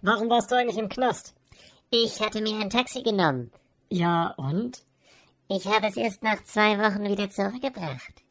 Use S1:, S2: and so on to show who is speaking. S1: Warum warst du eigentlich im Knast?
S2: Ich hatte mir ein Taxi genommen.
S1: Ja, und?
S2: Ich habe es erst nach zwei Wochen wieder zurückgebracht.